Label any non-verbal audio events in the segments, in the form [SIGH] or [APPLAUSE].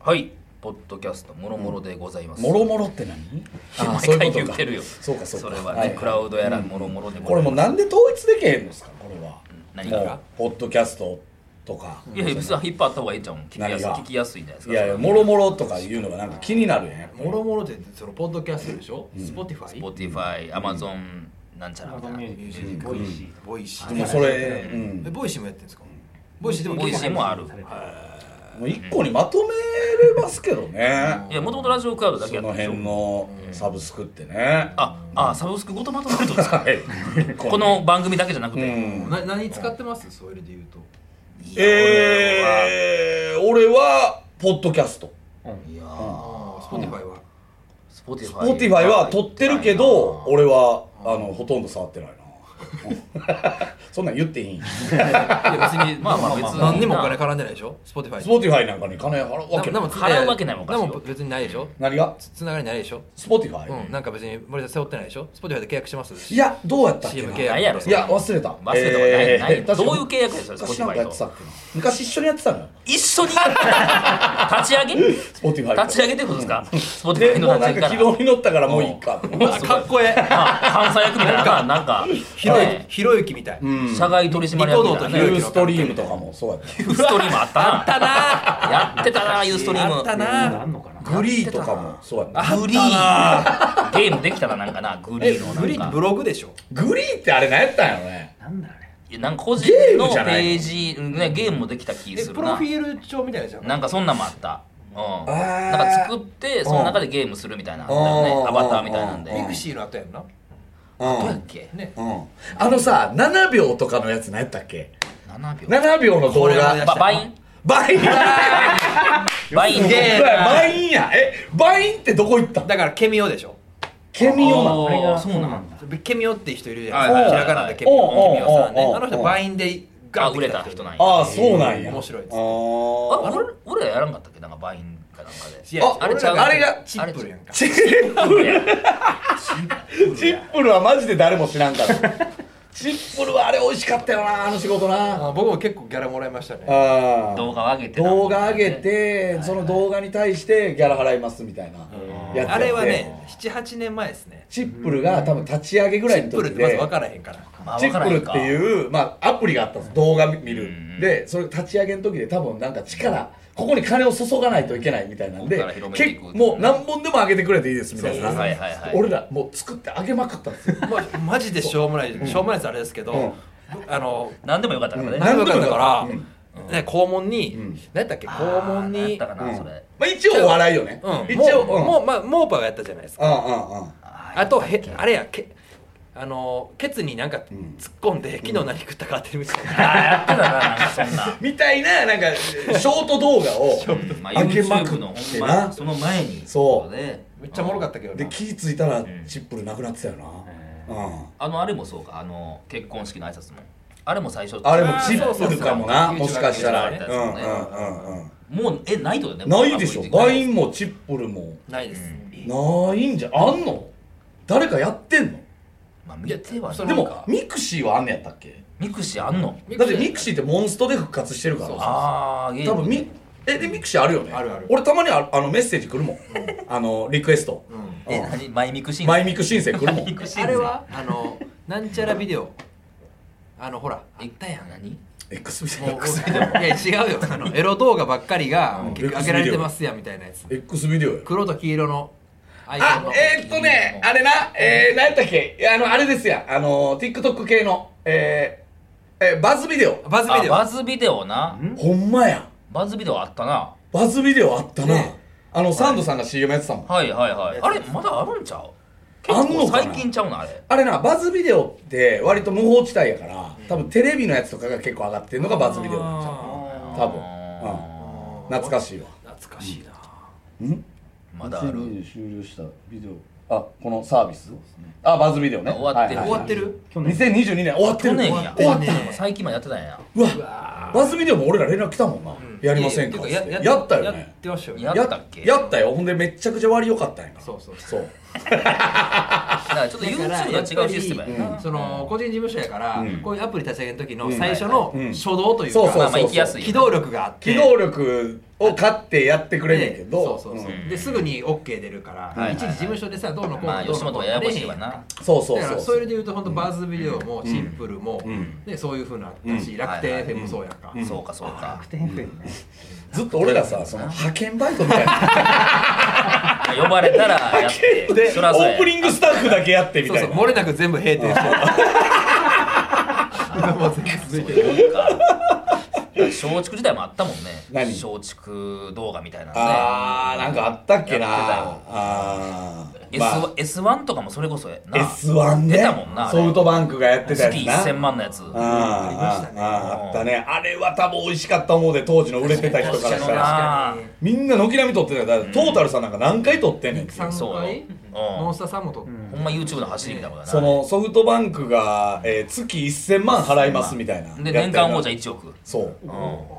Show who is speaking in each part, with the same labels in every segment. Speaker 1: はいポッドキャストもろもろでございます、
Speaker 2: もろもろって何あ
Speaker 1: [LAUGHS] 毎回言ってるよ
Speaker 2: そうかそうか
Speaker 1: れはね、クラウドやらもろもろで
Speaker 2: これもうなんで統一できへんのですかこれは
Speaker 1: 何が
Speaker 2: もうポッドキャストとか
Speaker 1: いやいや別に引っ張った方がいいじゃん聞きや
Speaker 2: 何
Speaker 1: すい
Speaker 2: が
Speaker 1: 聞きやすいんじゃないです
Speaker 2: い
Speaker 1: か
Speaker 2: やいやもろもろとかいうのがなんか気になるやんやっぱり
Speaker 3: もろもろでそのポッドキャストでしょ、スポティファイ、
Speaker 1: Spotify、Amazon なんちゃらみたいな
Speaker 3: ミュージック、ボイシー、ボイシー、
Speaker 2: でもそれうん
Speaker 3: えボイシーもやってるんですか、ボイシーでも
Speaker 1: ボイシーもある
Speaker 2: もう一個にまとめれますけどね
Speaker 1: いやもともとラジオクラウドだけ
Speaker 2: そ
Speaker 1: やった
Speaker 2: の
Speaker 1: でしょ
Speaker 2: 辺のサブスクってね
Speaker 1: ああサブスクごとまとめるってことですかこ
Speaker 2: こ
Speaker 1: の番組だけじゃなく
Speaker 2: う
Speaker 1: て、
Speaker 2: ん
Speaker 3: な何使ってますそれで言うと
Speaker 1: いや
Speaker 2: えー俺はポッドキャスト
Speaker 1: 俺は
Speaker 3: ああスポティファイ
Speaker 1: い
Speaker 3: は、
Speaker 1: や Spotify
Speaker 2: ポーティファイは撮ってるけど俺はあのほとんど触ってないな [LAUGHS] そんなん言っていいん
Speaker 1: いや別にまあまあ別に
Speaker 3: 何にもお金絡んでないでしょスポティファイ
Speaker 2: スポーティファイなんかに金払うわけない
Speaker 1: 払うわけないもんおかしいよ
Speaker 3: でも別にないでしょ
Speaker 2: 何が
Speaker 3: つつながりないでしょ
Speaker 2: スポーティファイ、
Speaker 3: うん、なんか別に森田背負ってないでしょスポティファイで契約してます
Speaker 2: いやどうやったっけ
Speaker 3: CM
Speaker 2: な
Speaker 3: 契
Speaker 2: い
Speaker 3: 約
Speaker 1: ないやろそれ
Speaker 2: や忘れた
Speaker 1: 忘れたことないない
Speaker 2: 確か
Speaker 1: どういう契約ですか
Speaker 2: 昔
Speaker 1: Spotify
Speaker 2: なんかやってたっけな昔一緒にやってたのよ
Speaker 1: 一緒に立ち上げ
Speaker 2: スポーティファイ
Speaker 1: 立ち上げてることですか、スポティファ
Speaker 2: で
Speaker 1: イ
Speaker 2: も
Speaker 1: の
Speaker 2: うな
Speaker 1: 立
Speaker 2: ん
Speaker 1: ち上
Speaker 2: か
Speaker 1: げ
Speaker 2: 軌
Speaker 1: から
Speaker 2: 道に乗ったからもういい [LAUGHS] かと思って
Speaker 3: あかっこええ
Speaker 1: まあ関西役みたいなななんか
Speaker 3: ひろゆ
Speaker 1: ね
Speaker 3: きひろゆきみたい、
Speaker 2: うん
Speaker 1: 社外取締役みたいな
Speaker 3: リコードと
Speaker 1: ね
Speaker 3: ヒ
Speaker 2: ユーストリームとかもそうやった
Speaker 1: ユーストリームあったなやってたなユーストリーム
Speaker 3: あったな
Speaker 4: あんのかな
Speaker 2: グリーとかもそうやった
Speaker 1: グリーゲームできたらなんかなグリーのなんか
Speaker 3: グリーってブログでしょ
Speaker 2: グリーってあれ何やったんやろね
Speaker 4: なんだあれ
Speaker 1: いやなんか個人のページねゲームもできた気
Speaker 3: え
Speaker 1: する
Speaker 3: プロ
Speaker 1: な
Speaker 3: フィール帳みたいなじゃん
Speaker 1: なんかそんなんもあったうん、
Speaker 2: ー
Speaker 1: なんか作ってその中でゲームするみたいなのあったよ
Speaker 2: う
Speaker 1: ね
Speaker 2: ん
Speaker 1: アバターみたいなんで
Speaker 2: うん
Speaker 3: ミクシーの後やんな
Speaker 1: どう
Speaker 2: う
Speaker 1: や
Speaker 2: ん
Speaker 1: っけ
Speaker 3: ね
Speaker 2: うんあのさ7秒とかのやつ何やったっけ
Speaker 1: 7秒
Speaker 2: 7秒の動
Speaker 3: これは
Speaker 2: 画
Speaker 3: ね
Speaker 1: ばバイン
Speaker 2: バインだ
Speaker 1: バイン
Speaker 3: で
Speaker 2: バインやえバインってどこ行ったん
Speaker 3: だからケミオでしょ
Speaker 2: ケミオなの
Speaker 1: あーそうなんだ
Speaker 3: ケミオって人いるじゃない
Speaker 1: はい
Speaker 3: で
Speaker 1: はいは
Speaker 3: すか
Speaker 1: い
Speaker 3: ひらがなでケミオ
Speaker 2: おうおうおう
Speaker 3: ケミオさんね
Speaker 2: おうおう
Speaker 3: あの人バインで
Speaker 1: が
Speaker 3: ガンって
Speaker 1: 売れ
Speaker 3: 来
Speaker 1: た人なんや
Speaker 2: ああそうなんや
Speaker 3: 面白いです
Speaker 2: あー
Speaker 1: あ俺俺らやらんかったっけなんかバインかなんかで
Speaker 3: いや
Speaker 2: あ
Speaker 1: あれ
Speaker 3: 俺
Speaker 1: ちゃ
Speaker 3: ら
Speaker 1: う
Speaker 3: が
Speaker 2: あれが
Speaker 3: チップルやんか
Speaker 2: チップルチップルはマジで誰も知らんからチップルはあれ美味しかったよなあの仕事な
Speaker 3: あ僕も結構ギャラもらいましたね
Speaker 2: あー
Speaker 1: 動画を上げて
Speaker 2: 動画上げてその動画に対してギャラ払いますみたいなやつ
Speaker 3: あれはね78年前ですね
Speaker 2: チップルが多分立ち上げぐらいの
Speaker 3: チップル
Speaker 2: 時
Speaker 3: ってまず
Speaker 2: で
Speaker 3: 分からへんから
Speaker 1: まあ
Speaker 2: チ
Speaker 1: わか
Speaker 2: ッ
Speaker 1: ら
Speaker 2: プルって
Speaker 1: へんか
Speaker 2: いう、まあ、アプリがあったんです動画見
Speaker 1: う
Speaker 2: る、
Speaker 1: ん
Speaker 2: でそれ立ち上げの時で多分なんか力ここに金を注がないといけないみたいなんで
Speaker 1: ここから広めてい
Speaker 2: 結
Speaker 1: く
Speaker 2: 構もう何本でも上げてくれていいですみたいな、
Speaker 1: そうはいはいはい
Speaker 2: 俺らもう作ってあげまくったんですよ
Speaker 3: まあマジでしょうもないしょうもないやつあれですけどあの
Speaker 1: 何でもよかったからね、
Speaker 2: うん
Speaker 3: 何だかだか
Speaker 2: うん
Speaker 3: らね校門に
Speaker 2: ん
Speaker 3: 何やったっけ校
Speaker 1: 肛
Speaker 3: 門
Speaker 1: 門
Speaker 3: に
Speaker 1: だったかな、
Speaker 2: うん
Speaker 1: それ
Speaker 2: まあ一応お笑いよね、
Speaker 3: うん
Speaker 2: 一
Speaker 3: も
Speaker 2: 応
Speaker 3: うもうまあモーパーがやったじゃないですか
Speaker 2: うんうんうん
Speaker 3: あとへあれやけあのケツになんか突っ込んで、昨日何食ったか当てるみたい
Speaker 1: あ
Speaker 3: な、
Speaker 1: ーやってたななんかそん
Speaker 2: [LAUGHS]
Speaker 1: な
Speaker 2: みたいななんかショート動画
Speaker 1: [LAUGHS]
Speaker 2: を
Speaker 1: うんまあ、
Speaker 2: 上げまく
Speaker 1: YouTube
Speaker 2: っ
Speaker 1: のほ
Speaker 2: て
Speaker 1: んま
Speaker 2: な
Speaker 1: その前に
Speaker 2: そう
Speaker 1: ね
Speaker 3: めっちゃおもろかったけどな
Speaker 2: で気ぃ付いたらチップルなくなってたよな、うん
Speaker 1: あのあれもそうかあの結婚式の挨拶もあれも最初
Speaker 2: あれも
Speaker 3: あー
Speaker 2: チップルかもな
Speaker 3: そ
Speaker 2: も
Speaker 3: うそう
Speaker 2: し
Speaker 3: そう
Speaker 2: かしたら、
Speaker 1: チップ
Speaker 2: う
Speaker 1: ル
Speaker 2: ん
Speaker 1: が
Speaker 2: うんうんうん
Speaker 1: もうえないってことだよね
Speaker 2: ないでしょバイ
Speaker 1: ン
Speaker 2: ンもチップルも
Speaker 3: ないです、
Speaker 2: ないんじゃあんの誰かやってんの
Speaker 1: まあ見ては
Speaker 3: そ
Speaker 1: ね
Speaker 3: れ
Speaker 2: で
Speaker 3: なん
Speaker 2: も
Speaker 3: か
Speaker 2: ミクシーはあんねやったっけ
Speaker 1: ミクシーあんの
Speaker 2: だってミクシーってモンストで復活してるか
Speaker 3: そう
Speaker 2: ら
Speaker 1: ああゲー
Speaker 2: 多
Speaker 1: ム
Speaker 2: 分ミえでミクシーあるよね
Speaker 3: あるある
Speaker 2: 俺たまにああのメッセージ来るもんあのリクエスト
Speaker 3: う
Speaker 1: え
Speaker 2: うん
Speaker 1: 何マイミクシー
Speaker 2: マイミク申請来るもん
Speaker 1: ミクシー
Speaker 3: あれはあのなんちゃらビデオあのほら
Speaker 1: 一体やん何
Speaker 2: X ビデオ
Speaker 3: もういや違うよあのエロ動画ばっかりが
Speaker 2: うん
Speaker 3: 結局上げられてますやみたいなやつ
Speaker 2: X ビデオや
Speaker 3: 黒と黄色のアイコン
Speaker 2: あ
Speaker 3: の、
Speaker 2: えー、っとね、あれな、えー、何やったっけいやあの、あれですや、あの、TikTok 系の、えー、えーバズビデオ。
Speaker 3: バズビデオ
Speaker 1: あバズビデオな
Speaker 2: ほんまや。
Speaker 1: バズビデオあったな
Speaker 2: バズビデオあったな。
Speaker 3: ね
Speaker 2: あの、サンドさんが CM やってたもん。
Speaker 1: はいはいはいあれまだあるんちゃう
Speaker 2: あん
Speaker 1: 結構
Speaker 2: のかな
Speaker 1: 最近ちゃうなあれ
Speaker 2: あれな、バズビデオって割と無法地帯やから、多分テレビのやつとかが結構上がってるのがバズビデオなんちゃう多分。うん。懐かしいわ。
Speaker 3: 懐かしいな
Speaker 1: まだある
Speaker 2: 2020終了したビデオ。あ、このサービスあ、バズビデオね。
Speaker 1: 終わってる
Speaker 2: はい
Speaker 3: 終
Speaker 2: はい
Speaker 3: わってる
Speaker 4: 去年
Speaker 2: 2022年終わって
Speaker 1: 去
Speaker 2: る。
Speaker 1: 年
Speaker 2: 終わ
Speaker 1: や
Speaker 2: ってる。
Speaker 1: 最近までやってたんや
Speaker 2: うわバズビデオも俺ら連絡来たもんな、やりませんかっ
Speaker 3: い
Speaker 2: て
Speaker 3: やいやて
Speaker 2: や
Speaker 3: かや
Speaker 2: ったよ
Speaker 3: やっ
Speaker 2: ね
Speaker 3: てってましたよね
Speaker 1: やったっけ
Speaker 2: やったよほんでめっちゃくちゃ割良かったんやから
Speaker 3: そうそう
Speaker 2: そう
Speaker 1: だからちょっと YouTube とは違うシステムや
Speaker 2: だ
Speaker 1: ね
Speaker 2: からやっぱり
Speaker 3: その個人事務所やから、
Speaker 2: うん
Speaker 3: こういうアプリ立ち上げの時
Speaker 2: う
Speaker 3: の
Speaker 2: ん
Speaker 3: 最初の
Speaker 2: うん
Speaker 3: 初動というか、
Speaker 2: そうそう
Speaker 1: まあまあ行きやすいよね
Speaker 3: 機動力があって
Speaker 2: 機動力を買ってやってくれんねんけど
Speaker 3: そうそうそう、
Speaker 1: うん
Speaker 3: ですぐに OK 出るから、
Speaker 1: いはいはい
Speaker 3: 一時事務所でさどうのこう
Speaker 1: まあ
Speaker 3: のどう
Speaker 1: 吉
Speaker 3: の
Speaker 1: 本
Speaker 3: こうの
Speaker 1: はややこしいわな
Speaker 2: そうそう
Speaker 3: だか
Speaker 2: そう
Speaker 3: らそれで言うと本当バーズビデオもシンプルも、
Speaker 2: うん
Speaker 3: ね、そういうふうなだし、
Speaker 2: う
Speaker 3: 楽
Speaker 1: はい
Speaker 3: 天
Speaker 1: はい
Speaker 3: FM もそうやんか、
Speaker 1: そうかそうか
Speaker 4: 楽天 FM ね
Speaker 2: ずっと俺らさその派遣バイトみたいな
Speaker 1: 呼ばれたらやって
Speaker 2: でオ
Speaker 1: そらそうや
Speaker 2: ープニングスタッフだけやってみ
Speaker 3: そう
Speaker 2: た
Speaker 3: そ
Speaker 2: いう
Speaker 1: [LAUGHS]
Speaker 2: な
Speaker 3: 漏れなく全部閉店してる今も全部続いて
Speaker 1: そ
Speaker 3: る
Speaker 1: うか松竹時代もあったもんね
Speaker 2: 何
Speaker 1: 松竹動画みたいなのね
Speaker 2: あーなんかあったっけな
Speaker 1: やってたよ
Speaker 2: あー
Speaker 1: S-
Speaker 2: まあ
Speaker 1: S1 とかもそれこそやな
Speaker 2: S1 ね
Speaker 1: 出たもんなあれ
Speaker 2: ソフトバンクがやってたやつ
Speaker 1: 月
Speaker 2: な
Speaker 1: 1000万のやつ
Speaker 2: あああああったねあれは多分美味しかった思うで当時の売れてた人からした
Speaker 3: 確
Speaker 2: ら
Speaker 3: かに
Speaker 2: みんな軒並み撮ってたからトータルさんなんか何回撮ってんねんっていう
Speaker 3: 3
Speaker 1: そう
Speaker 3: 回
Speaker 1: よ
Speaker 3: モ
Speaker 1: う
Speaker 3: ン
Speaker 1: ん
Speaker 3: スターさんもと、
Speaker 1: ほんま YouTube の走りみたいなこと
Speaker 2: そ
Speaker 1: やな
Speaker 2: のソフトバンクが、えー月1000万払いますみたいな
Speaker 1: で
Speaker 2: やっ
Speaker 1: 年
Speaker 2: たよ
Speaker 1: 間
Speaker 2: な
Speaker 1: 王者1億
Speaker 2: そう
Speaker 1: うん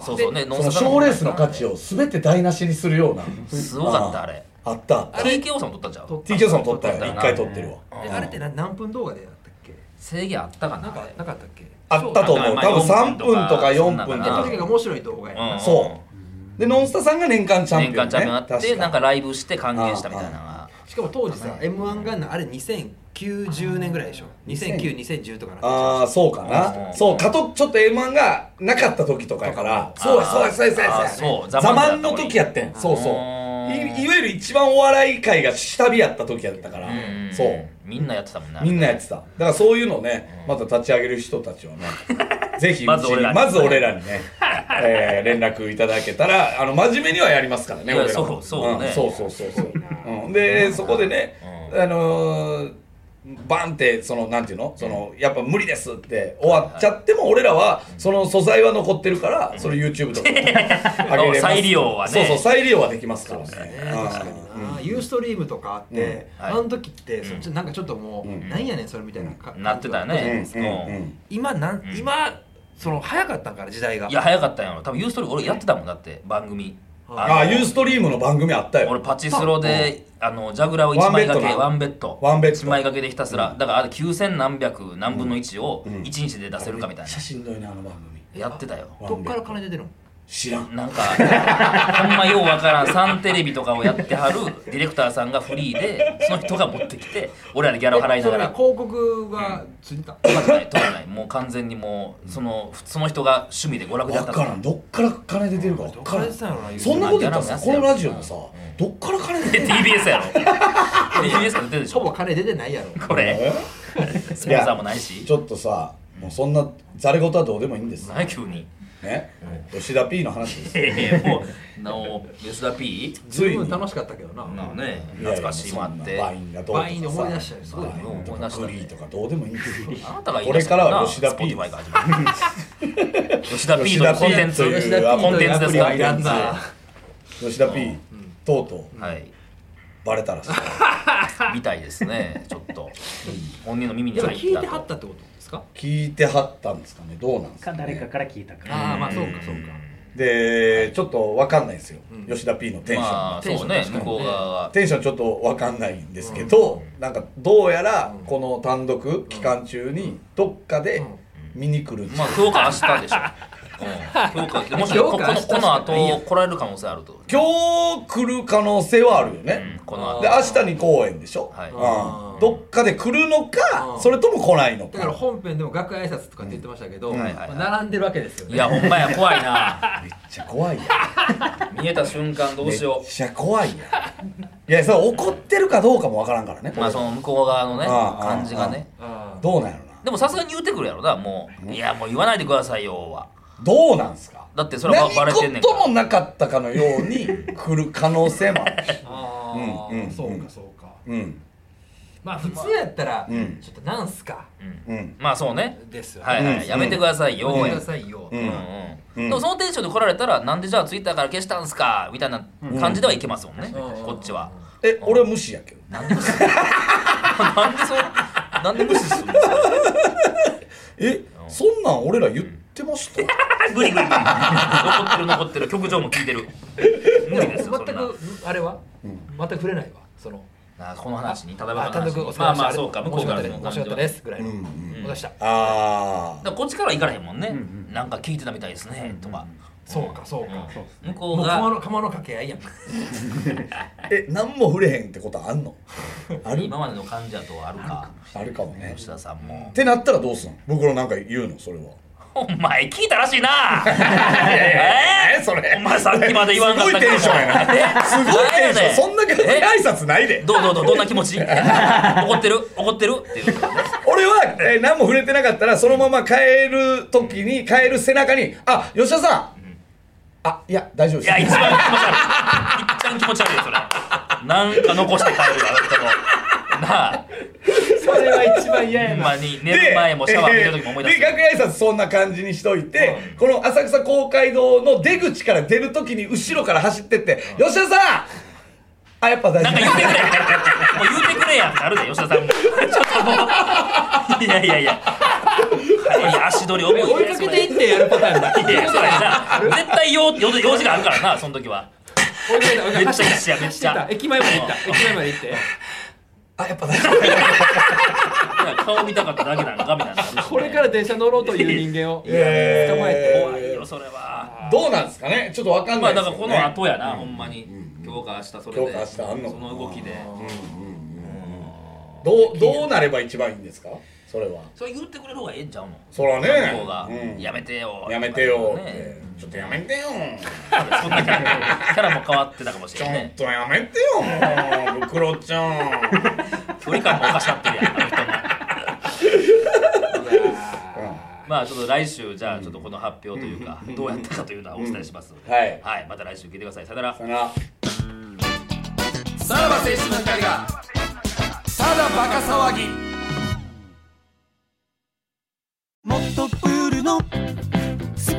Speaker 1: そうそうね
Speaker 2: その賞レースの価値
Speaker 1: を
Speaker 2: を全て台無しにするような
Speaker 1: すごかったあれ
Speaker 2: あったあった
Speaker 1: TKO さんも撮ったんちゃう
Speaker 3: 撮
Speaker 2: TK さんも撮ったよ
Speaker 1: 撮った
Speaker 2: 1
Speaker 1: な
Speaker 2: 回撮ってるわ
Speaker 3: えあれってな何分動画でやったっけ
Speaker 1: 制限あったか
Speaker 3: な
Speaker 1: なんあ
Speaker 3: か
Speaker 1: れ
Speaker 3: なかったっけ
Speaker 2: あったと思う
Speaker 1: まあ
Speaker 2: 多分3
Speaker 1: 4
Speaker 2: 分とか4分
Speaker 1: そ
Speaker 2: と
Speaker 1: ん
Speaker 3: でと
Speaker 1: な
Speaker 2: か
Speaker 1: の
Speaker 3: にかく面白い動画や
Speaker 1: うん
Speaker 2: そでノンスタさんが年間チャン
Speaker 1: 年
Speaker 2: ピオン
Speaker 1: 間
Speaker 2: ね
Speaker 1: チャンピオンあっ
Speaker 2: 確
Speaker 1: てなんかライブして還元したみたいなのが
Speaker 3: しかも当時さ m 1がんのあれ2090年ぐらいでしょ20092010とかな
Speaker 2: ああそうか
Speaker 1: う
Speaker 2: なんそうかとちょっと m 1がなかった時とかやからそうやそうやそうやそうや
Speaker 1: あー
Speaker 2: そうや
Speaker 1: そうザ
Speaker 2: ザ
Speaker 1: マン
Speaker 2: マンの時やってんそうそう
Speaker 1: あー
Speaker 2: いいわゆる一番お笑い界が下火やった時やったから
Speaker 1: うん
Speaker 2: そう
Speaker 1: みんなやってたもんね
Speaker 2: みんなやってただからそういうのねまた立ち上げる人たち
Speaker 1: [LAUGHS]
Speaker 2: はねぜひうち
Speaker 1: まず俺ら
Speaker 2: に
Speaker 1: に
Speaker 2: まず俺らにね、えー連絡いただけたらあの真面目にはやりますからね
Speaker 1: いや
Speaker 2: 俺らは
Speaker 1: そうそうね
Speaker 2: んそうそうそうそう、うん、でそこでね、
Speaker 1: う
Speaker 2: あのーバンってそのなんていうのそのやっぱ無理ですって終わっちゃっても俺らはその素材は残ってるからそれ YouTube
Speaker 1: [LAUGHS]
Speaker 2: とかに上げれます
Speaker 1: 再利用はね
Speaker 2: そうそう再利用はできますからねうん
Speaker 3: 確かになユーストリームとかあって、
Speaker 1: うんはい
Speaker 3: あの時って、そっちなんかちょっともう、なんやねんそれみたいなか、
Speaker 1: なってたよね
Speaker 2: うんうんうん
Speaker 3: 今なん、今その早かったんから時代が
Speaker 1: いや早かったんやろ多分ユーストリーム俺やってたもんだって番組
Speaker 2: ああ
Speaker 1: の
Speaker 2: ユーストリームの番組あったよ
Speaker 1: 俺パチスロであのジャグラーを1枚掛け
Speaker 2: ワ
Speaker 1: ワンベッド
Speaker 2: ワンベッド
Speaker 1: 1枚掛けでひたすらだからあれ9000何百何分の1を1日で出せるかみたい
Speaker 2: 写真どいなあの番組
Speaker 1: なやってたよ
Speaker 3: どっから金出てるの
Speaker 2: 知らん
Speaker 1: なんかほんまようわからんサンテレビとかをやってはるディレクターさんがフリーでその人が持ってきて俺らでギャラを払いながら
Speaker 3: それ広告がついてた、
Speaker 1: とかじゃないとかじゃないもう完全にもうそのその人が趣味で娯楽でやっ
Speaker 2: 分
Speaker 1: た
Speaker 2: からんどっから金出てるか分から
Speaker 3: どっから出
Speaker 2: ん
Speaker 3: てたんやろな言うて
Speaker 2: そんなこと言ったらさ
Speaker 1: まあ
Speaker 2: このラジオもさ
Speaker 1: うん
Speaker 2: どっから金出て
Speaker 1: で
Speaker 2: る
Speaker 1: TBS やろ TBS から出てるでし
Speaker 3: ほぼ
Speaker 1: ょ
Speaker 3: 金出てないやろ
Speaker 1: これスポンサーもないし
Speaker 2: ちょっとさもうそんなざれ言はどうでもいいんです
Speaker 1: 何急に
Speaker 2: ね吉田 P の話
Speaker 3: [LAUGHS]
Speaker 2: です
Speaker 1: ええ [LAUGHS] もうなお吉田 P
Speaker 2: つい
Speaker 3: 十
Speaker 2: に
Speaker 3: 分楽しかったけどな
Speaker 1: なあね懐かしいもあって
Speaker 2: バインがどうとか
Speaker 3: バインで思い出したよすごい
Speaker 2: バインと
Speaker 1: 思い出
Speaker 2: か
Speaker 1: したね
Speaker 2: フリーとかどうでもいいんですよ
Speaker 1: あなたが
Speaker 2: これからは吉田 P
Speaker 1: ピー [LAUGHS] 吉田 P
Speaker 2: 吉
Speaker 1: とい
Speaker 2: 田
Speaker 1: うコンテン
Speaker 2: P という
Speaker 1: ツ
Speaker 3: 吉田 P という
Speaker 1: コンテンツです
Speaker 3: アプリはいら
Speaker 1: コン
Speaker 3: ん
Speaker 1: テン
Speaker 3: な
Speaker 2: 吉田 P とうとう
Speaker 1: はい
Speaker 2: バレたらしい
Speaker 1: みたいですねちょっと本人の耳に
Speaker 3: でも
Speaker 1: 入った
Speaker 3: 聞いてはったってことですか
Speaker 2: 聞いてはったんですかねどうなんですか
Speaker 4: か
Speaker 2: ね
Speaker 4: 誰かから聞いたから
Speaker 3: ああまあそうかそうか
Speaker 2: でちょっと分かんないですよ
Speaker 3: ん
Speaker 2: 吉田 P のテンション
Speaker 1: ま
Speaker 2: が
Speaker 1: あそうね向こう側は
Speaker 2: テンションちょっと分かんないんですけど、なんかどうやらこの単独期間中にどっかで見に来るっていう
Speaker 1: まあ今日か明日でしょうん今日かもしかしたらここ
Speaker 3: 今日か
Speaker 1: の
Speaker 3: 明日しか
Speaker 1: この
Speaker 3: ないや
Speaker 1: 後来られる可能性あると
Speaker 2: 今日来る可能性はあるよ
Speaker 1: うん
Speaker 2: ね、
Speaker 1: この後
Speaker 2: で明日に公演でしょ、
Speaker 1: はい
Speaker 2: うん
Speaker 3: うん
Speaker 2: どっかで来るのか、
Speaker 3: うん
Speaker 2: それとも来ないのか
Speaker 3: だから本編でも楽屋挨拶とかって言ってましたけど、
Speaker 2: うん
Speaker 3: まあ並んでるわけですよね
Speaker 1: いやほんまや怖いな
Speaker 2: めっちゃ怖いや
Speaker 1: 見えた瞬間ど
Speaker 2: め
Speaker 1: う
Speaker 2: っ
Speaker 1: しよ
Speaker 2: ちゃ怖いやいやそれ怒ってるかどうかも分からんからね、
Speaker 1: うまあその向こう側のね
Speaker 2: ああ
Speaker 1: 感じがね
Speaker 3: あ
Speaker 2: どうなんやろな
Speaker 1: でもさすがに言ってくるやろなもういやもう言わないでくださいよは
Speaker 2: どうなんすか
Speaker 1: だってそれはバレてんねんか
Speaker 2: 何
Speaker 1: ら
Speaker 2: 事もなかったかのように来る可能性もあるし
Speaker 1: [LAUGHS]
Speaker 3: ーあー、
Speaker 2: うんうん
Speaker 3: そうかそうか
Speaker 2: うん
Speaker 3: まあ普通やったら、
Speaker 2: うん
Speaker 3: ちょっとなんすか
Speaker 2: うん
Speaker 1: まあそうね
Speaker 3: ですよね、
Speaker 1: はいは
Speaker 2: うん
Speaker 1: いやめてくださいよ
Speaker 3: やめ
Speaker 1: や
Speaker 3: てくださいよ、
Speaker 2: う
Speaker 1: うん
Speaker 2: ん
Speaker 1: う
Speaker 2: うん
Speaker 1: んでもそのテンションで来られたらなんでじゃあツイッターから消したんすかみたいな感じではいけますもんね
Speaker 3: うん
Speaker 1: こっち
Speaker 3: [LAUGHS]
Speaker 1: は
Speaker 2: え俺は無視やけど
Speaker 1: [LAUGHS] なんでそれなんで無視するんですか
Speaker 2: え
Speaker 1: うん
Speaker 2: そんなん俺ら言ってました
Speaker 1: グリグリグリ残ってる残ってる曲上も聞いてる無理ですよそん
Speaker 3: 全
Speaker 1: な
Speaker 3: くあれは、全く触れないわその
Speaker 1: なあこの話にただ
Speaker 3: あ単独お疲れ
Speaker 1: まあ
Speaker 3: 様でした
Speaker 1: まあそうか向こうからの
Speaker 3: 面白かったですぐらいの、
Speaker 2: うんうん
Speaker 3: お疲れ様でした
Speaker 2: あ
Speaker 1: だからこっちからは行かれへんもんね、なんか聞いてたみたいですね、とか
Speaker 3: そうかそうか、
Speaker 1: 向こう
Speaker 3: もう
Speaker 1: が
Speaker 3: 釜の釜の掛け合い
Speaker 1: [LAUGHS]
Speaker 3: やん
Speaker 2: あえ何も触れへんってことあんのある
Speaker 1: 今までの患者とはあるか
Speaker 2: あるかもね
Speaker 1: 吉田さんも
Speaker 2: ってなったらどうすんの僕らなんか言うのそれは
Speaker 1: [LAUGHS] お前聞いたらしいな [LAUGHS] え
Speaker 2: えそれ
Speaker 1: お前さっきまで言わんか
Speaker 2: す
Speaker 1: っ
Speaker 2: ご
Speaker 1: た
Speaker 2: いテンションやなすごいテンションそんな
Speaker 1: え
Speaker 2: 挨拶ないで
Speaker 1: どうどうどうどんな気持ち [LAUGHS] 怒ってる怒ってるっていう
Speaker 2: 俺は、えー何も触れてなかったらそのまま帰る時に帰る背中に「あ吉田さん、あいや大丈夫
Speaker 1: い
Speaker 2: で
Speaker 1: や一
Speaker 2: す
Speaker 1: 番気持ち悪い一番気持ち悪いよそれなんか残して帰るよあの人もなあ
Speaker 4: それは一番嫌
Speaker 1: ほ
Speaker 4: や
Speaker 1: ん
Speaker 4: な
Speaker 1: まに寝る前もシャワー浴びた時も思い出す
Speaker 2: で、えーで楽屋挨拶そんな感じにしといて、この浅草公会堂の出口から出る時に後ろから走ってって「吉田さんあやっぱ大丈
Speaker 1: な
Speaker 2: 夫
Speaker 1: んか言うてくれもう言うてくれやんってあるで吉田さんも [LAUGHS] ちょっともういやいやいや早い足取り重い
Speaker 3: 追いかけていってやるパターンだ
Speaker 1: いやいやそうやな絶対用用用事があるからなその時は
Speaker 3: 追いかけた追いか
Speaker 1: [LAUGHS] めっ
Speaker 3: け
Speaker 1: ちゃ
Speaker 3: た [LAUGHS] 走っ
Speaker 1: 一緒やめっち
Speaker 3: て
Speaker 1: ゃ
Speaker 3: た駅前まで行った駅前まで行って
Speaker 2: あやっぱ大丈夫
Speaker 1: 顔見たかっただけなのかみたいな感じで
Speaker 3: これから電車乗ろうという人間を捕ま
Speaker 2: えー
Speaker 1: 怖い
Speaker 3: え
Speaker 1: よそれは
Speaker 2: どうなんですかねちょっとわかんな
Speaker 1: まあ
Speaker 2: いで
Speaker 1: だ
Speaker 2: す
Speaker 1: か
Speaker 2: よ、
Speaker 1: ら
Speaker 2: ね、
Speaker 1: この後やな、ほんまに、今日か明日それで
Speaker 2: 今日か明日あんの
Speaker 1: その動きで
Speaker 2: どうどうなれば一番いいんですかそれは
Speaker 1: それ言ってくれる方がええんちゃうの
Speaker 2: そら
Speaker 1: 向こうが、
Speaker 2: ね、うん
Speaker 1: やめてよ
Speaker 2: やめてよって、
Speaker 1: ね
Speaker 2: ちょっとやめてよ
Speaker 1: そんなキャラキャラも変わってたかもし
Speaker 2: ち
Speaker 1: れ
Speaker 2: ょ
Speaker 1: ない
Speaker 2: っ
Speaker 1: ね
Speaker 2: とやめてよもうブクロちゃん
Speaker 1: 距離感もおかしなってるやんあの
Speaker 2: [LAUGHS]
Speaker 1: 人もまあちょっと来週じゃあちょっとこの発表というか、どうやったかというのはお伝えします、
Speaker 2: はい
Speaker 1: はい、また来週聞いてくださいさよなら
Speaker 2: さよなら
Speaker 1: さらば青春の光が
Speaker 2: ただバカ騒ぎ
Speaker 5: もっとプールのス